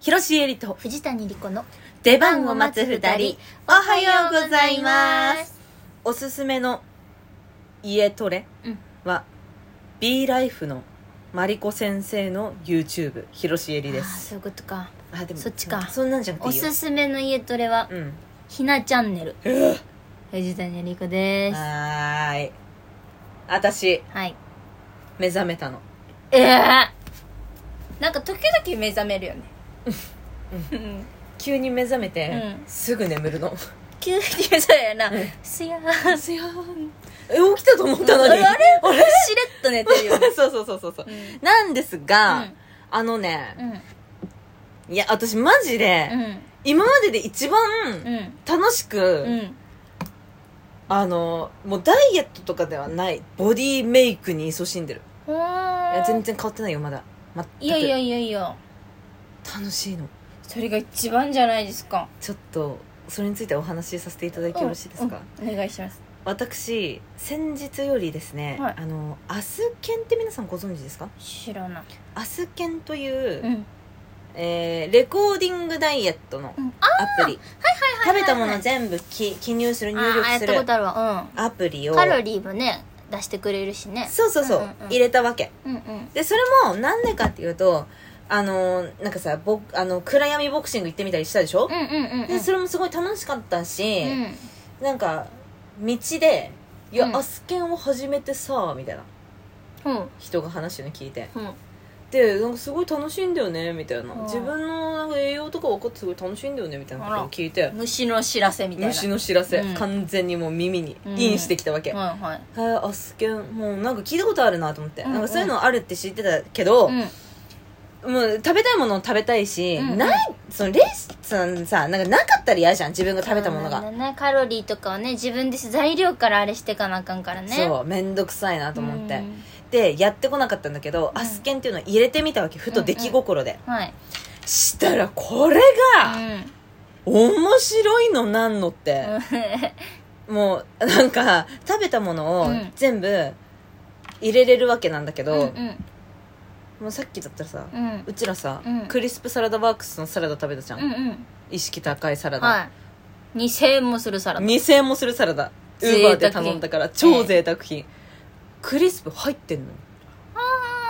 広瀬えりと藤谷莉子の出出番を待つ二人おはようございますおすすめの家トレうんは B ライフのマリコ先生の YouTube 広瀬えりであーすそういうことかあでそっちかそんなんじゃなくておいいよすすめの家トレは、うんひなチャンネル藤谷莉子ですはーい私はい目覚めたのええなんか時々目覚めるよねうん急に目覚めて、うんすぐ眠るの 急に目覚めるよなうんすやーすやーえ起きたと思ったのにあれあれ俺しれっと寝てるよね そうそうそうそうそう、うんなんですが、うんあのねう、んいや私マジで、うん今までで一う番ん楽しく、うんあのもうダイエットとかではないボディメイクに勤しんでるほいやー全然変わってないよまだ全くいやいやいやいや楽しいのそれが一番じゃないですかちょっとそれについてお話しさせていただいてよろしいですか、うんうんお願いします私先日よりですね、はいあのアスケンって皆さんご存知ですか知らないアスケンという、うんえーレコーディングダイエットのうんアプリ、はいはいはいはい食べたもの全部き記入する入あー力やっすたことるあるわアプリうをんカロリーもね出してくれるしねそうそうそう,、うんうんうん入れたわけうんうんでそれもなんでかっていうとあのーなんかさぼあの暗闇ボクシング行ってみたりしたでしょ、うんうんうんうんでそれもすごい楽しかったし、うんなんか道で「いや、うんアスケンを始めてさ」みたいなうん人が話してるの聞いてうんでなんかすごい楽しいんだよねみたいなうん自分のなんか栄養とか分かってすごい楽しいんだよねみたいなことを聞いて虫の知らせみたいな虫の知らせ、うん完全にもう耳にうんインしてきたわけ、はいはいへえアスケンもうなんか聞いたことあるなと思って、うんうんなんかそういうのあるって知ってたけど、うんもう食べたいものを食べたいし、うんうんないそのレスさんさなんかなかったら嫌じゃん自分が食べたものが、そうなんだねカロリーとかはね自分で材料からあれしてかなあかんからねそう面倒くさいなと思って、うんでやってこなかったんだけど、うんアスケンっていうのを入れてみたわけふと出来心で、はいしたらこれうが、ん面白いのなんのって、もうなんか食べたものをうん全部入れれるわけなんだけど、うんうんもうさっきだったらさ、ううんちらさ、うんクリスプサラダワークスのサラダ食べたじゃん、うんうん意識高いサラダ、はい2000円もするサラダ2000円もするサラダウ贅ー沢バーで頼んだから超贅沢品、クリスプ入ってんのよ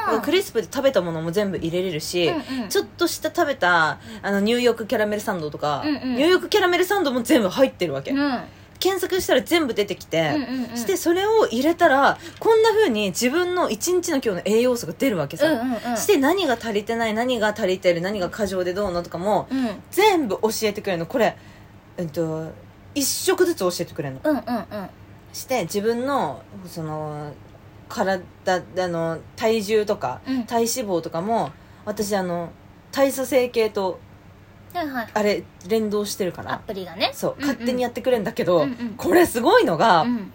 あークリスプで食べたものも全部入れれるし、うんうんちょっとした食べたあのニューヨークキャラメルサンドとか、うんうんニューヨークキャラメルサンドも全部入ってるわけ、うんうん検索したら全部出てきて、うんうんしてそれを入れたらこんな風に自分の一日の今日の栄養素が出るわけうさ、んうんうんして何が足りてない何が足りてる何が過剰でどうのとかもうん全部教えてくれるのこれ、えっと、一食ずつ教えてくれるのうんうんうんして自分のその体あの体重とかうん体脂肪とかも私あの体組成系とはいはいあれ連動してるかアらプリがねそう、んん勝手にやってくれるんだけど、うんうんこれすごいのが、うん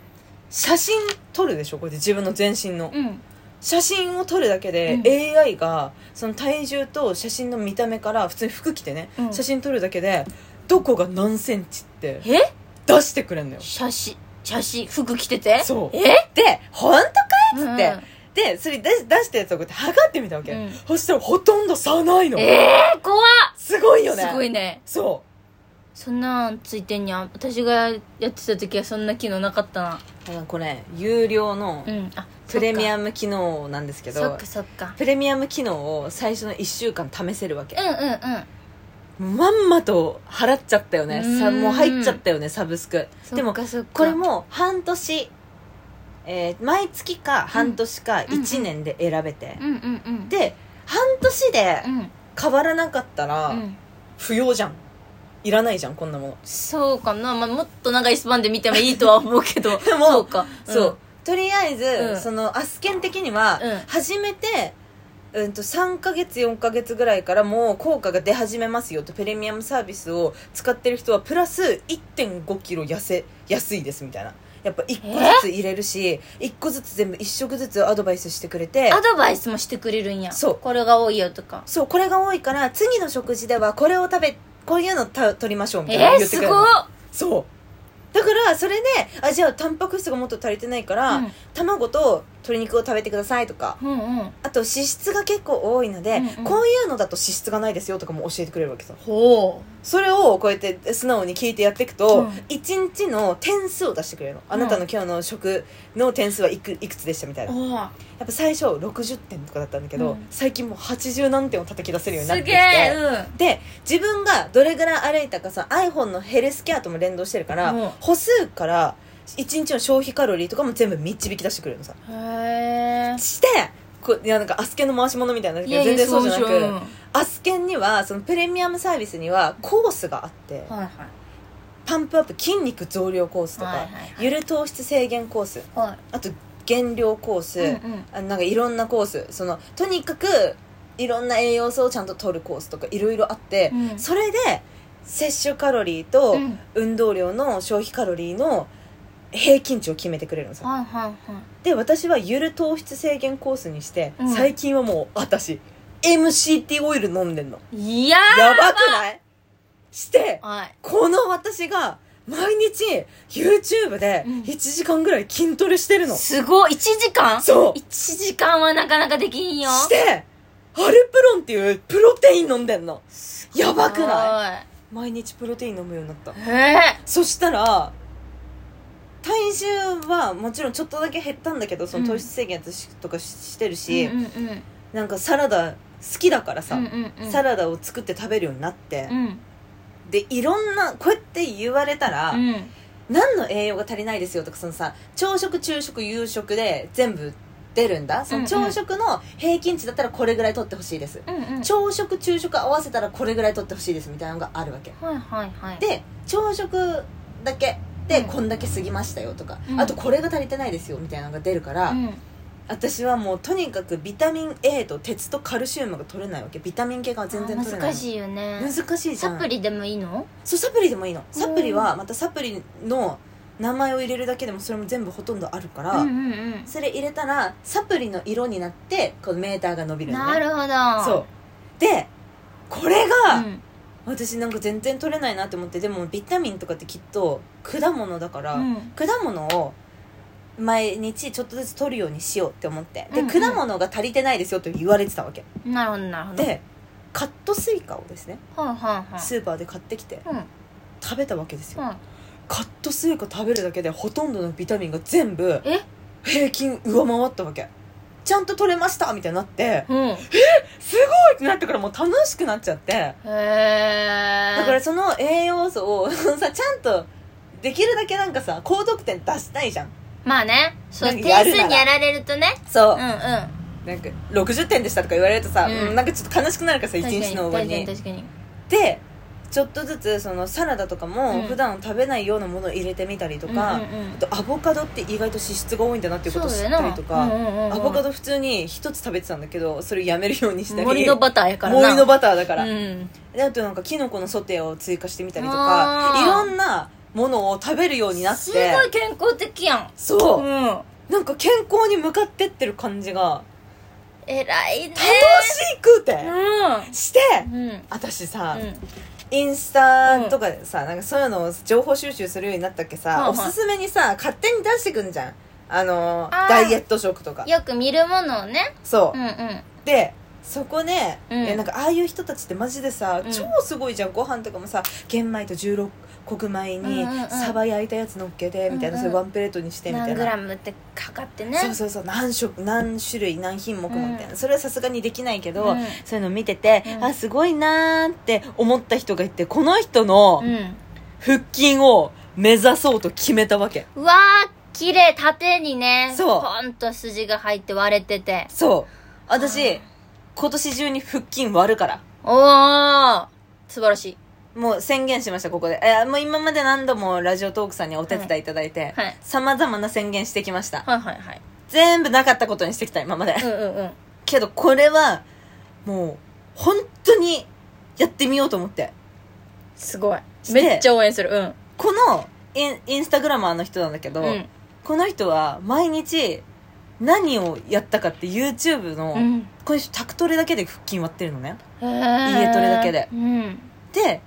写真撮るでしょこれで自分の全身の、うん写真を撮るだけで、うん AI がその体重と写真の見た目から普通に服着てね、うん写真撮るだけでどこが何センチってえ出してくれるのよ写真写真服着ててそうえで本当っつってでそれ出し出したやつをこうやって測ってみたわけ、うんそしたらほとんど差ないのえー怖っすごいよねすごいねそそんなんついてんにゃん私がやってた時はそんな機能なかったなうだからこれ有料のうんあプレミムアム機能なんですけそっどかそっかプレミアム機能を最初の1週間試せるわけうんうんうんまんまと払っちゃったよねさうんもう入っちゃったよねサブスクそっかでもそっかこれも半年、えー毎月か半年かうん1年で選べてう、んうんうんで半年でうん変わらなかったらうん不要じゃんいらないじゃんこんなものそうかな、まあ、もっと長いスパンで見てもいいとは思うけどでも そうか、んそう、とりあえず、うんそのアスケン的には、うん初めて、うん、と3ヶ月4ヶ月ぐらいからもう効果が出始めますよとプレミアムサービスを使ってる人はプラス1 5キロ痩せ安いですみたいなやっぱ1個ずつ入れるし1個ずつ全部1食ずつアドバイスしてくれてアドバイスもしてくれるんやそうこれが多いよとかそうこれが多いから次の食事ではこれを食べこういうのた取りましょうみたいなえのー、言ってすくごれっるのそうだからそれであじゃあタンパク質がもっと足りてないから、うん卵と鶏肉を食べてくださいとかうんうんあと脂質が結構多いので、うんうんこういうのだと脂質がないですよとかも教えてくれるわけさほそれをこうやって素直に聞いてやっていくと、うん一日の点数を出してくれるのあなたの今日の食の点数はいくいくつでしたみたいうなやおーっぱ最初60点とかだったんだけど、うん最近もう80何点を叩き出せるようになっすてきげてえうんで自分がどれぐらい歩いたかさ iPhone のヘルスケアとも連動してるから、うん歩数から1日の消費カロリーとかも全部導き出してくれるのさへえしてこいやなんかアスケンの回し物みたいなんだいけどやい全や然そうじゃでなしくょうんはいアスケンにはそのプレミアムサービスにはコースがあってはいパンプアップ筋肉増量コースとか、はいはいはいゆる糖質制限コースはいあと減量コース、うんうんあなんかいろんなコースそのとにかくいろんな栄養素をちゃんと取るコースとかいろいろあって、うんそれで摂取カロリーとうん運動量の消費カロリーの平均値を決めてくれるのさはいはいはいで私はゆる糖質制限コースにして、うん最近はもう私 MCT オイル飲んでんのいやーやばくないしてはいこの私が毎日 YouTube でうん1時間ぐらい筋トレしてるの、すごい1時間そう1時間はなかなかできんよしてアルプロンっていうプロテイン飲んでんのやばくない毎日プロテイン飲むようになったへえそしたら体重はもちろんちょっとだけ減ったんだけどその糖質制限とかししてるし、うんうんうんなんかサラダ好きだからさ、うんうんうんサラダを作って食べるようになってう、んでいろんなこうやって言われたら、うん何の栄養が足りないですよとかそのさ朝食昼食夕食で全部出るんだその朝食の平均値だったらこれぐらい取ってほしいです、うんうん朝食昼食合わせたらこれぐらい取ってほしいですみたいなのがあるわけはいはいはいで朝食だけでうんこんだけ過ぎましたよとか、うんあとこれが足りてないですよみたいなのが出るから、うん私はもうとにかくビタミン A と鉄とカルシウムが取れないわけビタミン系が全然あ取れない難しいよね難しいじゃんサプリでもいいのそうサプリでもいいのサプリはまたサプリの名前を入れるだけでもそれも全部ほとんどあるかうら、んうんうんそれ入れたらサプリの色になってこのメーターが伸びるのねなるほどそうでこれが、うん私なんか全然取れないなって思ってでもビタミンとかってきっと果物だから、うん果物を毎日ちょっとずつ取るようにしようって思ってうでんうん果物が足りてないですよって言われてたわけなるほどなるほどでカットスイカをですねはいはいはいスーパーで買ってきてうんうん食べたわけですよカットスイカ食べるだけでほとんどのビタミンが全部え平均上回ったわけちゃんと取れましたみたいになってうんすごいってなったからもう楽しくなっちゃってへえだからその栄養素をさちゃんとできるだけなんかさ高得点出したいじゃんまあねそうなん点かやる数ならにやられるとねそうう、んうんなんか60点でしたとか言われるとさ、うんうんなんかちょっと悲しくなるからさ一日の終わりに確かにでちょっとずつそのサラダとかうんも普段食べないようなものを入れてみたりと確か、かにうんうんうんあとアボカドって意外と脂質が多いんだなっていうことを知ったりとか、そうだよなうんうんうんうんアボカド普通に一つ食べてたんだけどそれやめるようにしたり森のバターやからな森のバターだから、うんであとなんかキノコのソテーを追加してみたりとあかーいろんなものを食べるようになってすごい健康的やんそう、んなんか健康に向かってってる感じが偉いね楽しくて、してうんうん私さ、うんインスタとかでさ、なんかそういうのを情報収集するようになったっけさ、はいはいおすすめにさ勝手に出してくんじゃんあのあーダイエット食とかよく見るものをねそうう、んうんでそこね、うんえなんかああいう人たちってマジでさ、うん超すごいじゃんご飯とかもさ玄米と16穀米にうんうんうんサバ焼いたやつのっけでみたいな、うんうそんれワンプレートにしてみた何いグなラ。ムってかかってねそうそうそう何色何種類何品目もみたいな、うんそれはさすがにできないけど、うんそういうの見てて、うんあすごいなーって思った人がいてこの人のうん腹筋を目指そうと決めたわけうわー綺麗縦にねそうポンと筋が入って割れててそうあー私今年中に腹筋割るからおお素晴らしいもう宣言しましたここでえーもう今まで何度もラジオトークさんにお手伝いいただいてはいさまざまな宣言してきました、はいはいはい全部なかったことにしてきた今まで、うんうんうんけどこれはもう本当にやってみようと思ってすごいしてめっちゃ応援するうんこのインインスタグラマーの人なんだけど、うんこの人は毎日何をやったかって YouTube の、うんこれタクトレだけで腹筋割ってるのね家家トレだけでうんで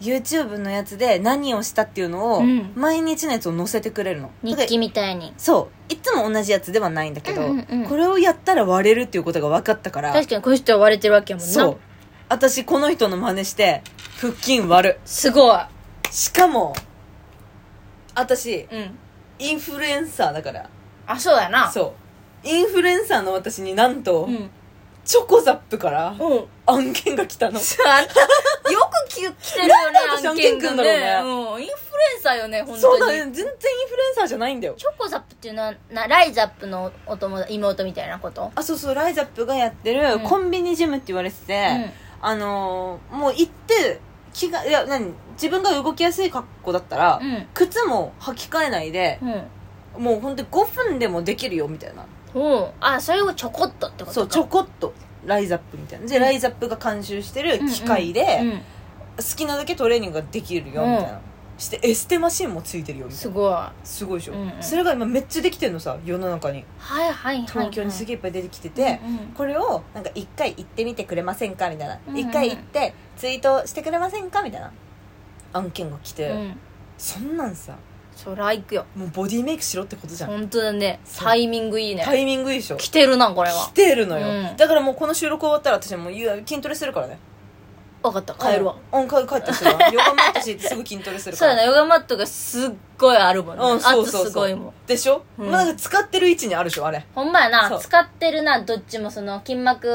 YouTube のやつで何をしたっていうのを、うん毎日のやつを載せてくれるのだ日から記みたいにそういつも同じやつではないんだけど、うんうんうんこれをやったら割れるっていうことが分かったから確かにこの人は割れてるわけやもんなそう私この人の真似して腹筋割るすごいしかも私うんインフルエンサーだからあそうやなそうインフルエンサーの私になんと、うんうんチョコザップからそう案件が来 たのあんたよくき来てるよねなんで私案件案件来がんだねろうんインフルエンサーよね本そう当だにね全然インフルエンサーじゃないんだよチョコザップっていうのはなライザップのお友達妹みたいなことあそうそうライザップがやってるうんコンビニジムって言われてて、あのーもう行って気がいや何自分が動きやすい格好だったら、うん靴も履き替えないでう、んうんもうほんと5分でもできるよみたいなおうあそれをちょこっとってことかそうちょこっとライザップみたいなで、うんライザップが監修してる機械で、うんうん好きなだけトレーニングができるよみたいな、してエステマシンもついてるよみたいすなごいはすごいでしょ、うんうんそれが今めっちゃできてんのさ世の中にいはいはいはい東京にすげえいっぱい出てきてて、うんこれをなんか一回行ってみてくれませんかみたいなうんうん一、回行ってツイートしてくれませんかみたいな案件が来て、うんそんなんさそら行くよもうボディメイクしろってことじゃん、本当だねそうタイミングいいねタイミングいいでしょ来てるなこれ来はてるのよ、うんだからもうこの収録終わったら私はもうゆ筋トレするからね分かった帰るわうん帰帰ったりする わヨガマット敷いてすぐ筋トレするそかうらやなヨガマットがすっごいあるもんねうんそう圧そうそうすごいもんでしょ、うんまあ、なんか使ってる位置にあるでしょあれほんまやそなう使ってるなどっちもその筋膜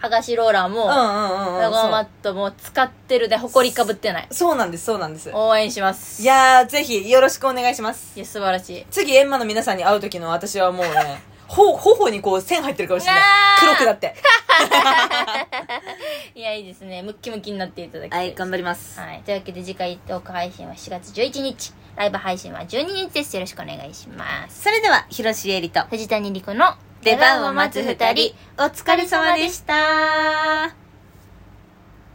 剥がしローラーもうんヨうんうんうんガマットも使ってるでほこりかぶってないそうそうなんですそうなんです応援しますいやーぜひよろしくお願いしますいや素晴らしい次エンマの皆さんに会う時の私はもうね ほ頬にこう線入ってるかもしれないなあ黒くだっていやいいですねムッキムキになっていただきたはいいです頑張りますはい、というわけで次回トーク配信は7月11日ライブ配信は12日ですよろしくお願いしますそれでは広重里と藤谷莉子の出番を待つ二人お疲れ様でした